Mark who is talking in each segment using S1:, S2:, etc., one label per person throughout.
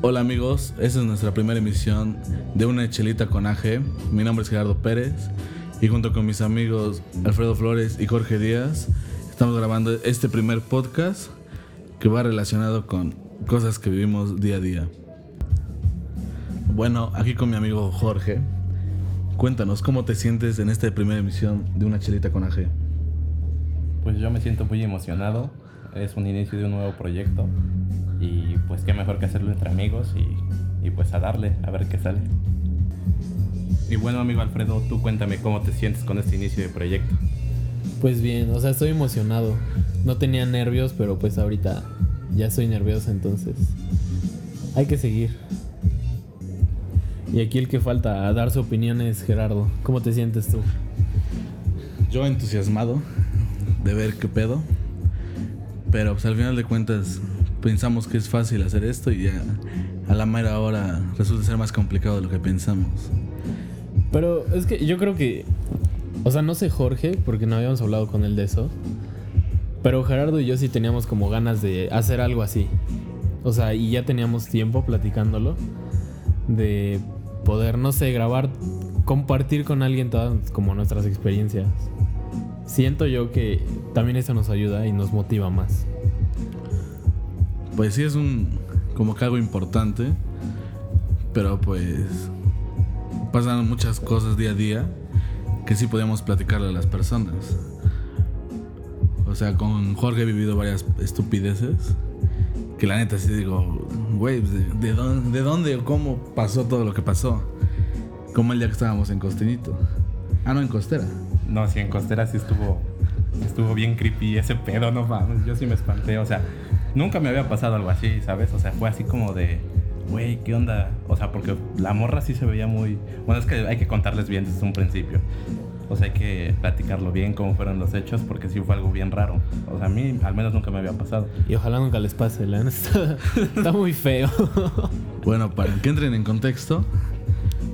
S1: Hola amigos, esta es nuestra primera emisión de Una Chelita con AG. Mi nombre es Gerardo Pérez y junto con mis amigos Alfredo Flores y Jorge Díaz estamos grabando este primer podcast que va relacionado con cosas que vivimos día a día. Bueno, aquí con mi amigo Jorge. Cuéntanos cómo te sientes en esta primera emisión de Una Chelita con AG.
S2: Pues yo me siento muy emocionado. Es un inicio de un nuevo proyecto. Y pues qué mejor que hacerlo entre amigos y, y pues a darle, a ver qué sale. Y bueno, amigo Alfredo, tú cuéntame cómo te sientes con este inicio de proyecto.
S3: Pues bien, o sea, estoy emocionado. No tenía nervios, pero pues ahorita ya soy nervioso, entonces hay que seguir. Y aquí el que falta a dar su opinión es Gerardo. ¿Cómo te sientes tú?
S1: Yo entusiasmado de ver qué pedo. Pero pues al final de cuentas pensamos que es fácil hacer esto y ya a la mera hora resulta ser más complicado de lo que pensamos.
S3: Pero es que yo creo que, o sea, no sé Jorge, porque no habíamos hablado con él de eso. Pero Gerardo y yo sí teníamos como ganas de hacer algo así. O sea, y ya teníamos tiempo platicándolo de poder, no sé, grabar, compartir con alguien todas como nuestras experiencias. Siento yo que también eso nos ayuda y nos motiva más.
S1: Pues sí es un como que algo importante, pero pues pasan muchas cosas día a día que sí podemos platicarle a las personas. O sea, con Jorge he vivido varias estupideces que la neta sí digo, güey, ¿de, de dónde, de dónde o cómo pasó todo lo que pasó? Como el día que estábamos en Costeñito. Ah, no, en Costera.
S2: No, si en Costera sí estuvo, estuvo bien creepy ese pedo, no mames. Yo sí me espanté, o sea, nunca me había pasado algo así, ¿sabes? O sea, fue así como de, güey, ¿qué onda? O sea, porque la morra sí se veía muy. Bueno, es que hay que contarles bien desde un principio. O sea, hay que platicarlo bien, cómo fueron los hechos, porque sí fue algo bien raro. O sea, a mí al menos nunca me había pasado.
S3: Y ojalá nunca les pase, la neta. Está, está muy feo.
S1: Bueno, para que entren en contexto,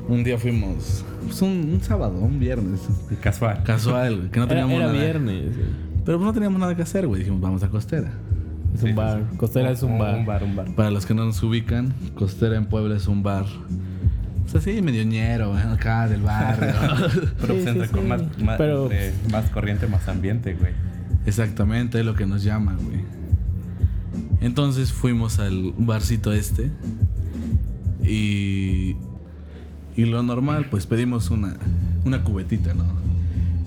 S1: un día fuimos, pues un, un sábado, un viernes,
S2: Y casual.
S1: casual, que no
S3: Era,
S1: teníamos
S3: era
S1: nada.
S3: viernes. güey.
S1: Pero pues no teníamos nada que hacer, güey. Dijimos, vamos a Costera.
S3: Es
S2: Sí,
S3: un bar.
S2: sí, sí.
S3: Costera es un bar.
S2: Un bar, un bar.
S1: Para los que no nos ubican, Costera en Puebla es un bar. O sea, sí, medio ñero, ¿eh? acá del barrio.
S2: Pero pues
S3: Sí,
S2: entre
S3: sí,
S2: con
S3: sí.
S2: Más, más,
S3: Pero-
S2: entre más corriente, más ambiente, güey.
S1: Exactamente, es lo que nos llama, güey. Entonces fuimos al barcito este. Y. Y lo normal, pues pedimos una, una cubetita, ¿no?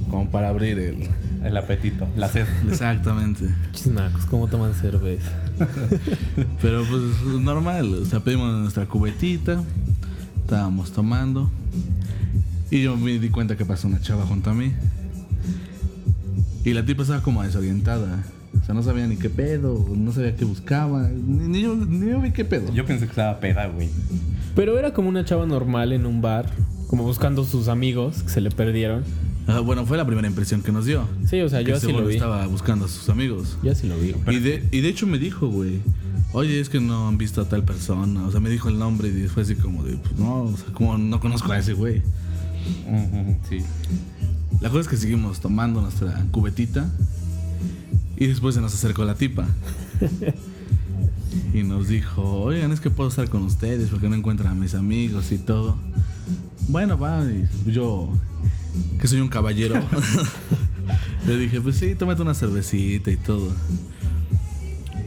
S1: Como para abrir el.
S2: El apetito, la sed.
S1: Exactamente.
S3: Pinches nacos, ¿cómo toman cerveza?
S1: Pero pues normal, o sea, pedimos nuestra cubetita, estábamos tomando. Y yo me di cuenta que pasó una chava junto a mí. Y la tipa estaba como desorientada. O sea, no sabía ni qué pedo, no sabía qué buscaba, ni, ni yo, ni yo vi qué pedo.
S2: Yo pensé que estaba peda, güey.
S3: Pero era como una chava normal en un bar, como buscando sus amigos que se le perdieron.
S1: Ah, bueno, fue la primera impresión que nos dio.
S3: Sí, o sea, yo
S1: que
S3: así
S1: seguro
S3: lo vi.
S1: estaba buscando a sus amigos.
S3: Yo así lo vi.
S1: Y de, y de hecho me dijo, güey, oye, es que no han visto a tal persona. O sea, me dijo el nombre y fue así como de, pues no, o sea, como no conozco a ese güey.
S2: Ujú, Sí.
S1: La cosa es que seguimos tomando nuestra cubetita y después se nos acercó la tipa. Y nos dijo, oigan, es que puedo estar con ustedes porque no encuentran a mis amigos y todo. Bueno, va, y yo, que soy un caballero, le dije, pues sí, tómate una cervecita y todo.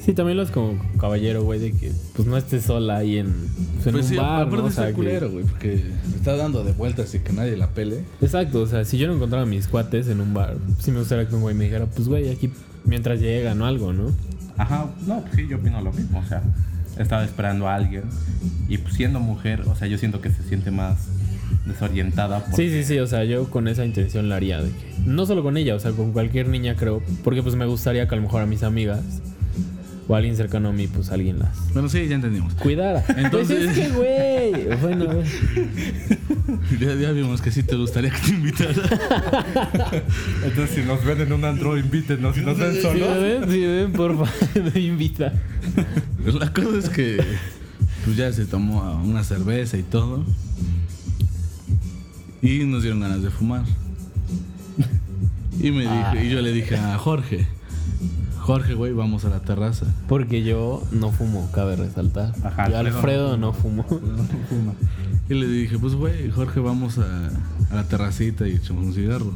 S3: Sí, también lo es como caballero, güey, de que pues no estés sola ahí en, pues, en
S1: pues
S3: un
S1: sí,
S3: bar,
S1: aparte
S3: ¿no? O
S1: está
S3: sea, que-
S1: culero, güey, porque se está dando de vueltas y que nadie la pele.
S3: Exacto, o sea, si yo no encontraba a mis cuates en un bar, sí me gustaría que un güey me dijera, pues güey, aquí mientras llegan o algo, ¿no?
S2: Ajá, no, pues sí, yo opino lo mismo, o sea, estaba esperando a alguien y pues siendo mujer, o sea, yo siento que se siente más desorientada.
S3: Sí,
S2: porque-
S3: sí, sí, o sea, yo con esa intención la haría. De que, no solo con ella, o sea, con cualquier niña creo, porque pues me gustaría que a lo mejor a mis amigas o a alguien cercano a mí, pues alguien las
S1: Bueno, sí, ya entendimos.
S3: cuidara.
S1: Entonces-
S3: Entonces, es que güey, bueno, güey.
S1: Ya, ya vimos que sí te gustaría que te invitara.
S2: Entonces, si nos ven en un antro, invítenos, si nos ven
S3: si
S2: solos.
S3: me ven, si me ven, por favor, me invita.
S1: La cosa es que pues ya se tomó a una cerveza y todo. Y nos dieron ganas de fumar. Y me dijo- y yo le dije a Jorge, Jorge, güey, vamos a la terraza.
S3: Porque yo no fumo, cabe resaltar.
S2: Ajá,
S3: yo Alfredo no fumo.
S1: Y le dije, pues, güey, Jorge, vamos a, a la terracita y echamos un cigarro.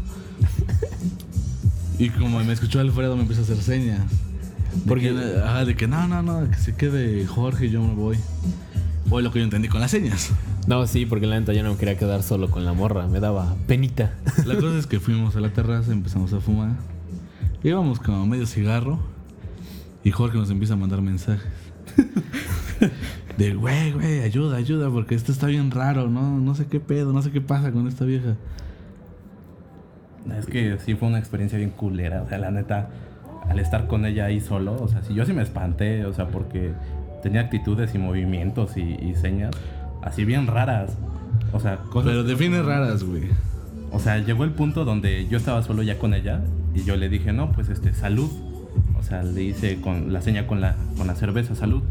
S1: Y como me escuchó Alfredo, me empieza a hacer señas. Porque,
S3: Porque-
S1: ajá, de que no, no, no, que se quede Jorge y yo me voy. Fue lo que yo entendí con las señas.
S3: No, sí, porque la neta yo no me quería quedar solo con la morra. Me daba penita.
S1: La cosa es que fuimos a la terraza, empezamos a fumar. Íbamos como medio cigarro. Y Jorge nos empieza a mandar mensajes. De, güey, güey, ayuda, ayuda, porque esto está bien raro, ¿no? No sé qué pedo, no sé qué pasa con esta vieja.
S2: Es que sí fue una experiencia bien culera. O sea, la neta, al estar con ella ahí solo, o sea, sí, yo sí me espanté, o sea, porque tenía actitudes y movimientos y, y señas así bien raras. O sea, cosas.
S1: Pero define raras, güey.
S2: O sea, llegó el punto donde yo estaba solo ya con ella y yo le dije, no, pues este, salud. O sea, le hice con la seña con la, con la cerveza, salud.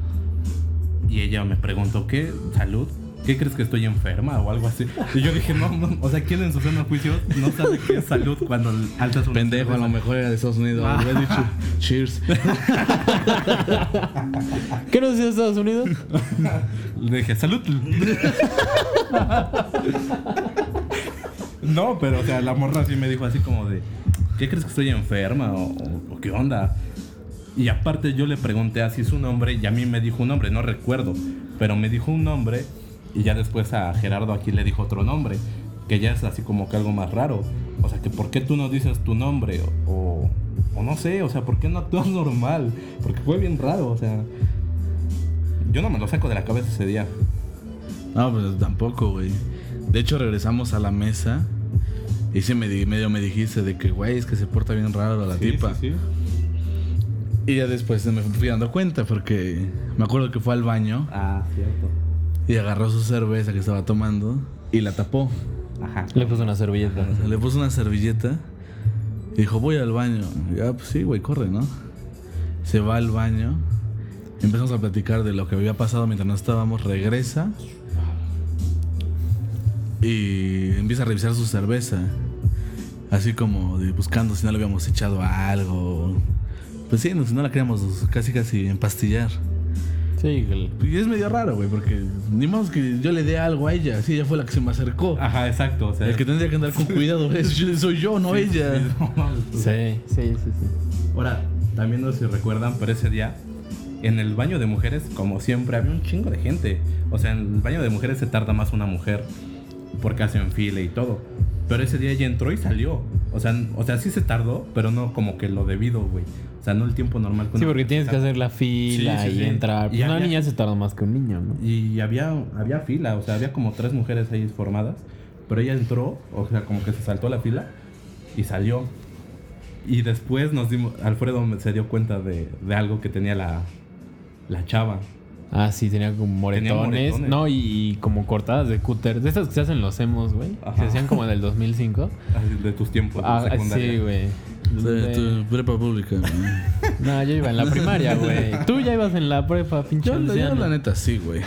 S2: Y ella me preguntó, ¿qué? ¿Salud? ¿Qué crees que estoy enferma o algo así? Y yo dije, no, no, o sea, ¿quién en su sano juicio no sabe qué es salud cuando altas un
S1: Pendejo, a lo mejor era de Estados Unidos. Le hubiera dicho, cheers.
S3: ¿Qué no es de Estados Unidos?
S2: Le dije, salud. no, pero o sea, la morra sí me dijo así como de, ¿qué crees que estoy enferma? ¿O, o- o qué onda? Y aparte yo le pregunté así su nombre y a mí me dijo un nombre, no recuerdo, pero me dijo un nombre y ya después a Gerardo aquí le dijo otro nombre, que ya es así como que algo más raro. O sea, que ¿por qué tú no dices tu nombre? O, o no sé, o sea, ¿por qué no actúas normal? Porque fue bien raro, o sea... Yo no me lo saco de la cabeza ese día.
S1: No, pues tampoco, güey. De hecho, regresamos a la mesa. Y sí, me di- medio me dijiste de que, güey, es que se porta bien raro la tipa. Y ya después me fui dando cuenta porque me acuerdo que fue al baño
S2: Ah, cierto.
S1: y agarró su cerveza que estaba tomando y la tapó.
S2: Ajá.
S3: Le puse una servilleta.
S1: O sea, le puso una servilleta y dijo, voy al baño. Y yo, ah, pues sí, güey, corre, ¿no? Se va al baño. Empezamos a platicar de lo que había pasado mientras no estábamos. Regresa. Y empieza a revisar su cerveza. Así como de buscando si no le habíamos echado algo. Pues sí, no, si no la queríamos casi casi empastillar.
S3: Sí, el-
S1: Y es medio raro, güey, porque ni más que yo le dé algo a ella. Sí, ella fue la que se me acercó.
S2: Ajá, exacto. O sea,
S1: El que tendría que andar con cuidado es- soy yo, no ella.
S3: Sí. Sí, sí, sí.
S2: Ahora, también no sé si recuerdan, pero ese día, en el baño de mujeres, como siempre, había un chingo de gente. O sea, en el baño de mujeres se tarda más una mujer porque hacen fila y todo. Pero ese día ella entró y salió. O sea, n- o sea sí se tardó, pero no como que lo debido, güey. O sea, no el tiempo normal.
S3: Sí, porque tienes que hacer la fila
S2: Sí, sí,
S3: y
S2: sí.
S3: entrar. Pues
S2: Y
S3: una
S2: había-
S3: niña se tarda más que un niño, ¿no?
S2: Y había, había fila, o sea, había como tres mujeres ahí formadas, pero ella entró, o sea, como que se saltó la fila y salió. Y después nos dimos, Alfredo me- se dio cuenta de, de algo que tenía la, la chava.
S3: Ah, sí, tenía como
S2: Tenía
S3: moretones.
S2: moretones.
S3: No, y, y como cortadas de cúter. De estas que se hacen los emos, güey.
S2: Ajá.
S3: Se hacían como en el 2005.
S2: así De tus tiempos de
S3: Ah,
S2: secundaria.
S3: sí, güey.
S1: De
S3: De-
S1: tu prepa pública. ¿no?
S3: No, yo iba en la primaria, güey. Tú ya ibas en la prepa, pinche
S1: Yo, la- yo
S3: anciano.
S1: la neta sí, güey.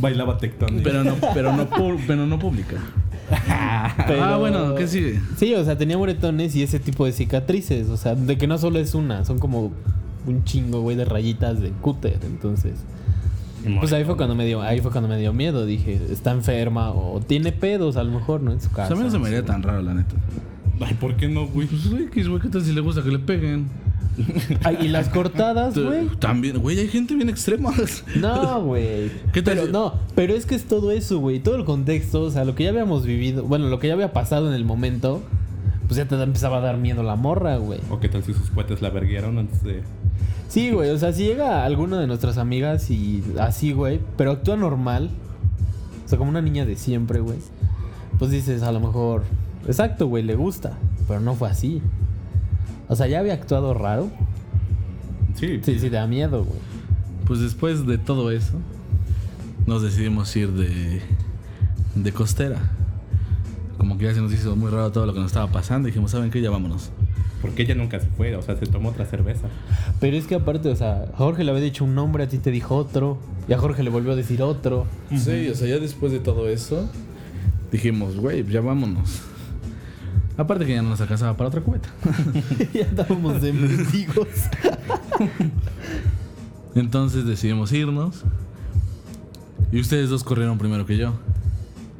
S2: Bailaba tectónica.
S1: Pero no, pero no, pu- pero no pública.
S3: Pero-
S1: Ah, bueno, ¿qué sigue?
S3: Sí, o sea, tenía moretones y ese tipo de cicatrices. O sea, de que no solo es una, son como un chingo, güey, de rayitas de cúter. Entonces, pues ahí fue cuando me dio, ahí fue cuando me dio miedo. Dije, está enferma o tiene pedos, a lo mejor, ¿no? En su
S1: O
S3: casa.
S1: sea, a mí no se me haría tan raro, la neta.
S2: Ay, ¿por qué no, güey?
S1: Pues, güey, ¿qué, güey, ¿qué tal si le gusta que le peguen?
S3: Ay, y las cortadas, güey.
S1: También, güey, hay gente bien extrema.
S3: No, güey.
S1: ¿Qué tal
S3: Pero
S1: si-
S3: no, pero es que es todo eso, güey. Todo el contexto, o sea, lo que ya habíamos vivido, bueno, lo que ya había pasado en el momento, pues ya te da- empezaba a dar miedo la morra, güey.
S2: ¿O qué tal si sus cuates la verguieron antes de...?
S3: Sí, güey, o sea, si llega alguna de nuestras amigas y así, güey, pero actúa normal, o sea, como una niña de siempre, güey, pues dices, a lo mejor, exacto, güey, le gusta, pero no fue así. O sea, ya había actuado raro.
S2: Sí.
S3: Sí, sí, da miedo, güey.
S1: Pues después de todo eso, nos decidimos ir de, de costera. Como que ya se nos hizo muy raro todo lo que nos estaba pasando. Dijimos, ¿saben qué? Ya vámonos.
S2: Porque ella nunca se fue, o sea, se tomó otra cerveza.
S3: Pero es que aparte, o sea, Jorge le había dicho un nombre, a ti te dijo otro, y a Jorge le volvió a decir otro.
S1: Sí, o sea, ya después de todo eso, dijimos, güey, ya vámonos. Aparte que ya no nos alcanzaba para otra cubeta.
S3: ya estábamos de mendigos.
S1: Entonces decidimos irnos. Y ustedes dos corrieron primero que yo.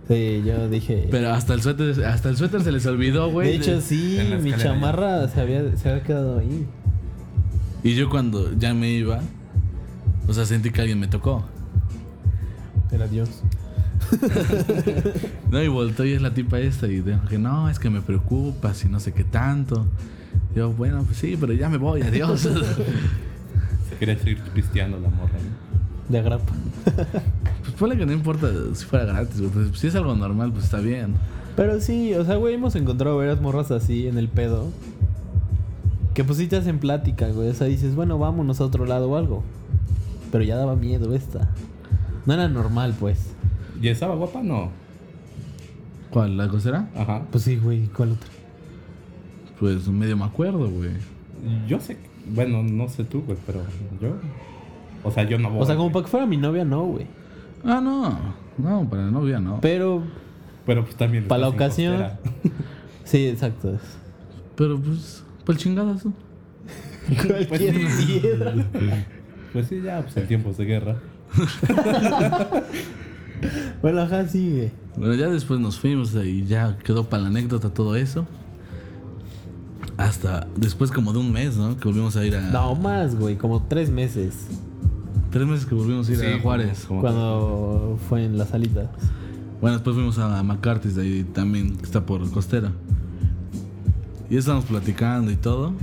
S3: Sí, yo dije.
S1: Pero hasta el suéter, hasta el suéter se les olvidó, güey.
S3: de hecho, sí,
S2: en la
S3: mi
S2: escalera.
S3: chamarra se había, se había quedado ahí.
S1: Y yo cuando ya me iba, o sea, sentí que alguien me tocó.
S3: Era Dios.
S1: No, y voltó y es la tipa esta y dijo que no, es que me preocupas y no sé qué tanto. Yo, bueno, pues sí, pero ya me voy, adiós.
S2: Se quería seguir cristiano la morra. ¿no?
S3: De agrapa.
S1: pues ponle que no importa si fuera gratis, güey, pues, si es algo normal, pues está bien.
S3: Pero sí, o sea, güey, hemos encontrado varias morras así en el pedo. Que pues sí te hacen plática, güey. O sea, dices, bueno, vámonos a otro lado o algo. Pero ya daba miedo esta. No era normal, pues.
S2: ¿Y estaba guapa? No.
S1: ¿Cuál? ¿La cosera?
S2: Ajá.
S3: Pues sí, güey, ¿cuál otra?
S1: Pues medio me acuerdo, güey.
S2: Yo sé. que- Bueno, no sé tú, güey, pero yo. O sea, yo no voy.
S3: O sea, como
S2: güey.
S3: para que fuera mi novia, no, güey.
S1: Ah, no. No, para la novia no.
S3: Pero,
S2: Pero pues también.
S3: pa' la
S2: estás en
S3: ocasión.
S2: costera.
S3: sí, exacto.
S1: Pero pues, por el chingadazo.
S3: Cualquier piedra.
S2: Pues sí, ya, pues en tiempos de guerra.
S3: Bueno, ajá, sí, güey.
S1: Bueno, ya después nos fuimos y ya quedó para la anécdota todo eso. Hasta después como de un mes, ¿no? Que volvimos a ir a...
S3: No más, güey, como tres meses.
S1: Tres meses que volvimos a ir
S2: Sí,
S1: a Juárez.
S2: como-
S3: Cuando fue en las alitas.
S1: Bueno, después fuimos a McCarthy's, de ahí también, que está por Costera. Y estábamos platicando y todo.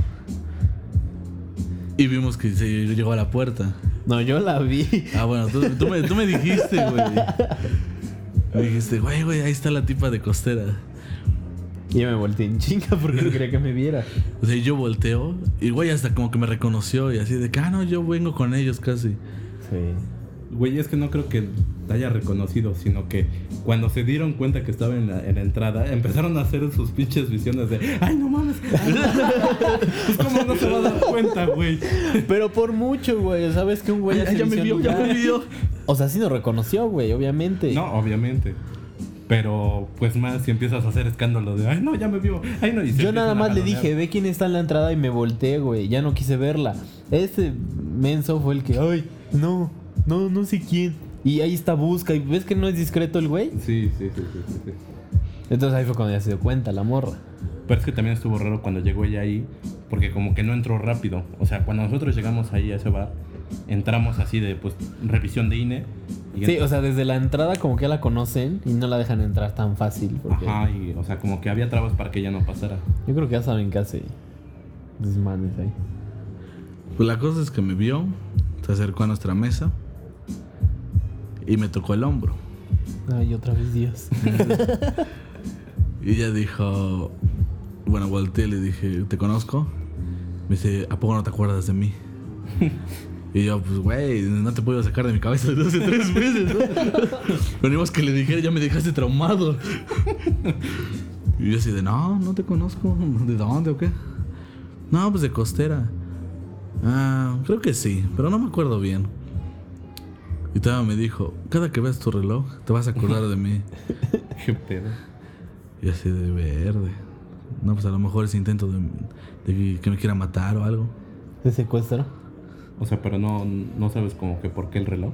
S1: Y vimos que se llegó a la puerta.
S3: No, yo la vi.
S1: Ah, bueno, tú, tú me, tú me dijiste, güey. Me dijiste, güey, güey, ahí está la tipa de Costera.
S3: Y yo me volteé en chinga porque no quería que me viera.
S1: O sea, yo volteo y, güey, hasta como que me reconoció y así de que, ah, no, yo vengo con ellos casi.
S3: Sí.
S2: Güey, es que no creo que la haya reconocido, sino que cuando se dieron cuenta que estaba en la, en la entrada, empezaron a hacer sus pinches visiones de, ay, no mames, ay, no mames". pues cómo no se va a dar cuenta, güey.
S3: Pero por mucho, güey. ¿Sabes que un güey
S1: Ay,
S3: así
S1: ya
S3: lo
S1: me
S3: hizo en
S1: vio,
S3: mi
S1: ya
S3: cara?
S1: me vio.
S3: O sea, sí nos reconoció, güey, obviamente.
S2: No, obviamente. Pero, pues más, si empiezas a hacer escándalo de, ay, no, ya me vio, ay, no. y se
S3: Yo
S2: empiezan
S3: nada
S2: a
S3: más le
S2: jalonear.
S3: dije, ve quién está en la entrada y me volteé, güey. Ya no quise verla. Ese menso fue el que, ay, no, no, no sé quién. Y ahí está, busca. ¿Y ves que no es discreto el güey?
S2: Sí, sí, sí, sí, sí, sí.
S3: Entonces ahí fue cuando ya se dio cuenta la morra.
S2: Pero es que también estuvo raro cuando llegó ella ahí, porque como que no entró rápido. O sea, cuando nosotros llegamos ahí a ese bar, entramos así de, pues, revisión de INE. y
S3: Sí, o sea, desde la entrada como que ya la conocen y no la dejan entrar tan fácil. Porque
S2: Ajá, y, o sea, como que había trabas para que ella no pasara.
S3: Yo creo que ya saben casi desmanes ahí.
S1: Pues la cosa es que me vio, se acercó a nuestra mesa y me tocó el hombro.
S3: Ay, otra vez Dios.
S1: Y ella dijo, bueno, volteé y le dije, ¿te conozco? Me dice, ¿a poco no te acuerdas de mí? Y yo, pues, güey, no te puedo sacar de mi cabeza desde hace tres meses, ¿no? Venimos que le dijera, ya me dejaste traumado. Y yo así de, no, no te conozco. ¿De dónde o qué? No, pues de costera. Ah, creo que sí, pero no me acuerdo bien. Y todavía me dijo, cada que veas tu reloj, te vas a acordar de mí.
S2: Qué pedo.
S1: Y así de verde. No, pues a lo mejor es intento de, de que- que me quiera matar o algo.
S3: Se secuestró.
S2: O sea, pero no, no sabes como que por qué el reloj.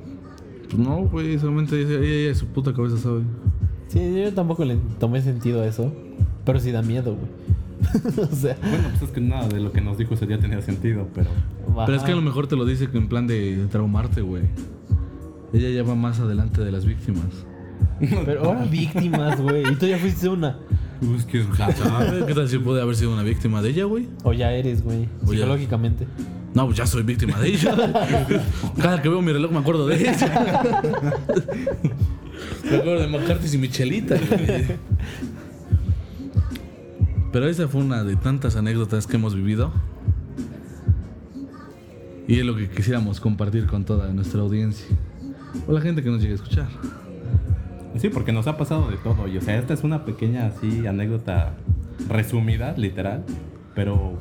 S1: Pues no, güey, solamente dice, ella, ella, su puta cabeza sabe.
S3: Sí, yo tampoco le tomé sentido a eso. Pero sí da miedo, güey. o sea.
S2: Bueno, pues es que nada de lo que nos dijo ese día tenía sentido, pero...
S1: Pero es que a lo
S3: ajá.
S1: mejor te lo dice que en plan de, de traumarte, güey. Ella ya va más adelante de las víctimas.
S3: Pero ahora víctimas, güey. Y tú ya fuiste una.
S2: Pues que...
S1: ¿Sabes? ¿Qué tal si puede haber sido una víctima de ella, güey?
S3: O ya eres, güey.
S1: O ya.
S3: Psicológicamente.
S1: No, pues ya soy víctima de ella. Cada que veo mi reloj me acuerdo de ella. me acuerdo de McCarthy y Michelita. güey. Pero esa fue una de tantas anécdotas que hemos vivido. Y es lo que quisiéramos compartir con toda nuestra audiencia. O la gente que nos llegue a escuchar.
S2: Sí, porque nos ha pasado de todo. Y o sea, esta es una pequeña así anécdota resumida, literal. Pero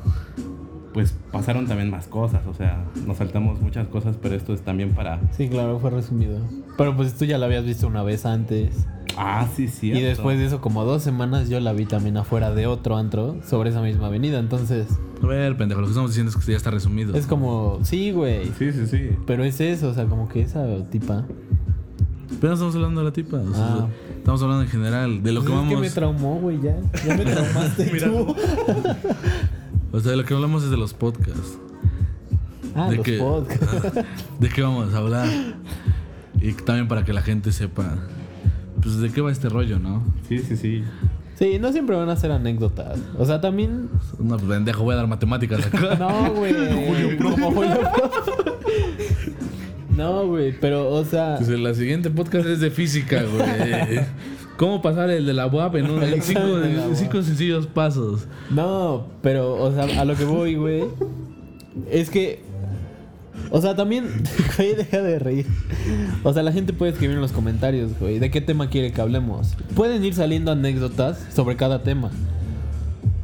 S2: pues pasaron también más cosas. O sea, nos saltamos muchas cosas, pero esto es también para...
S3: Sí, claro, fue resumido. Pero pues tú ya la habías visto una vez antes.
S2: Ah, sí, sí.
S3: Y después de eso, como dos semanas, yo la vi también afuera de otro antro sobre esa misma avenida. Entonces,
S1: A ver, pendejo, lo que estamos diciendo es que ya está resumido.
S3: es como, sí, güey.
S2: Sí, sí, sí.
S3: Pero es eso, o sea, como que esa tipa.
S1: Pero no estamos hablando de la tipa. o sea,
S3: Ah.
S1: Estamos hablando en general. De lo que
S3: Pues es
S1: vamos.
S3: que me traumó, güey, ya. Ya me traumaste
S2: Mira.
S3: tú.
S1: o sea, de lo que hablamos es de los podcasts.
S3: Ah,
S1: ¿De
S3: los
S1: qué?
S3: podcasts.
S1: ¿De qué vamos a hablar? Y también para que la gente sepa. Pues de qué va este rollo, ¿no?
S2: Sí, sí, sí.
S3: Sí, no siempre van a ser anécdotas. O sea, también.
S1: No, pues, pendejo, voy a dar matemáticas acá.
S3: No, güey. Como Julio Pro. No, güey, pero, o sea.
S1: Pues el siguiente podcast es de física, güey. ¿Cómo pasar el de la UAP en, un- en
S3: El
S1: cinco,
S3: examen de la
S1: en cinco
S3: UAP.
S1: sencillos pasos?
S3: No, pero, o sea, a lo que voy, güey. Es que. O sea, también. Güey, deja de reír. O sea, la gente puede escribir en los comentarios, güey, de qué tema quiere que hablemos. Pueden ir saliendo anécdotas sobre cada tema.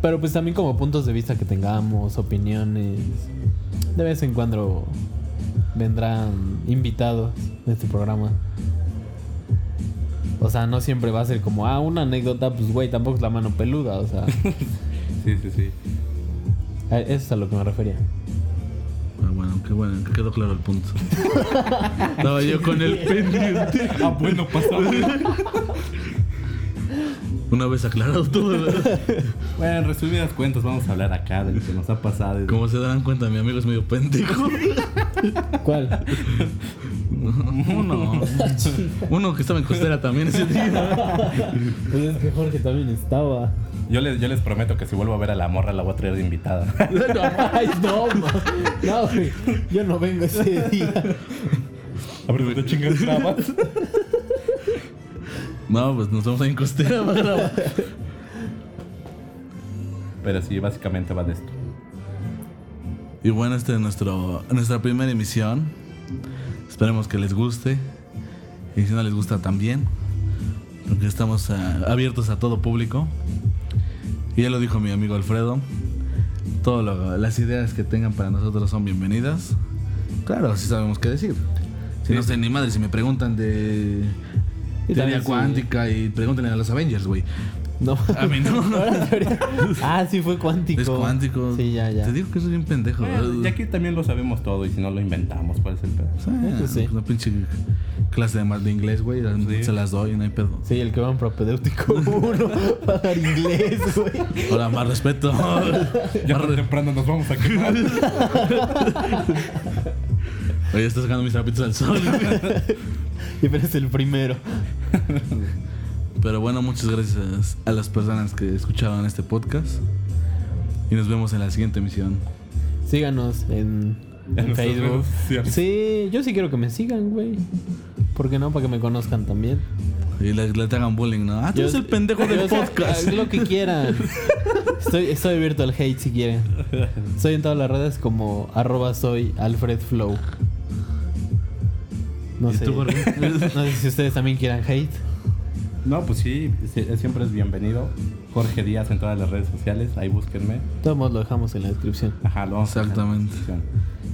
S3: Pero pues también como puntos de vista que tengamos, opiniones. De vez en cuando vendrán invitados de este programa. O sea, no siempre va a ser como, ah, una anécdota, pues güey, tampoco es la mano peluda, o sea.
S2: Sí, sí, sí.
S3: A- Eso es a lo que me refería.
S1: Ah, bueno, qué bueno, que quedó claro el punto. Estaba yo con el pendiente.
S2: Ah, bueno, pasa.
S1: Una vez aclarado todo, ¿verdad?
S2: Bueno, en resumidas cuentas, vamos a hablar acá de lo que nos ha pasado.
S1: como se darán cuenta, mi amigo es medio pendejo.
S3: ¿Cuál?
S1: Uno, uno que estaba en costera también ese día.
S3: Pues es que Jorge también estaba.
S2: Yo les, yo les prometo que si vuelvo a ver a la morra, la voy a traer de invitada.
S3: No, ay, no, ma. no, güey. Yo no vengo ese día.
S2: Abre de chingas trabas.
S1: No, pues nos vamos ahí en costera va a grabar.
S2: Pero sí, básicamente va de esto.
S1: Y bueno, esta es nuestro, nuestra primera emisión. Esperemos que les guste. Y si no les gusta también. Porque estamos ah, abiertos a todo público. Y ya lo dijo mi amigo Alfredo. Todas las ideas que tengan para nosotros son bienvenidas. Claro, si sabemos qué decir. Si
S2: Sí.
S1: no sé ni madre, si me preguntan de
S3: Y
S1: teoría
S3: también sí.
S1: cuántica y pregúntenle a los Avengers, güey.
S3: No.
S1: A mí no.
S3: Ahora teoría- Ah, sí, fue cuántico.
S1: Es cuántico.
S3: Sí, ya, ya.
S1: Te digo que soy bien pendejo.
S2: Bueno, ya aquí también lo sabemos todo y si no lo inventamos, ¿cuál es el pedo?
S1: Sí,
S3: Eso Eh, pues sí.
S1: Una pinche clase de, ma- de inglés, güey. las-
S2: Sí.
S1: Se las doy, no hay pedo.
S3: Sí, el que va en propedéutico uno. Pagar inglés, güey.
S1: Ahora, más respeto.
S2: Ya
S1: Más
S2: tan
S1: re-
S2: temprano nos vamos a quemar.
S1: Oye, estás sacando mis zapatos al sol.
S3: Y pero es el primero.
S1: Pero bueno, muchas gracias a las personas que escucharon este podcast. Y nos vemos en la siguiente emisión.
S3: Síganos en,
S2: En
S3: en
S2: nuestras
S3: Facebook.
S2: redes sociales.
S3: Sí, yo sí quiero que me sigan, güey. ¿Por qué no? Para que me conozcan también.
S1: Y le, le hagan bullying, ¿no? Ah, tú
S3: Yo-
S1: eres el pendejo
S3: yo
S1: del
S3: sé-
S1: podcast.
S3: haz lo que quieran. Estoy, estoy abierto al hate si quieren. Soy en todas las redes como arroba soy Alfred Flow. No
S1: ¿Y
S3: sé.
S1: tú, Jorge?
S3: no sé si ustedes también quieran hate.
S2: No, pues sí, sí, siempre es bienvenido. Jorge Díaz en todas las redes sociales, ahí búsquenme.
S3: De Todos modos lo dejamos en la descripción.
S2: Ajá, lo vamos a dejar en la
S1: Exactamente.
S2: descripción.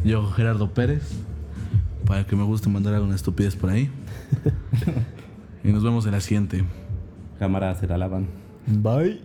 S1: Yo, Gerardo Pérez. Para que me guste mandar alguna estupidez por ahí. y nos vemos en la siguiente.
S2: Cámara se la lavan.
S3: Bye.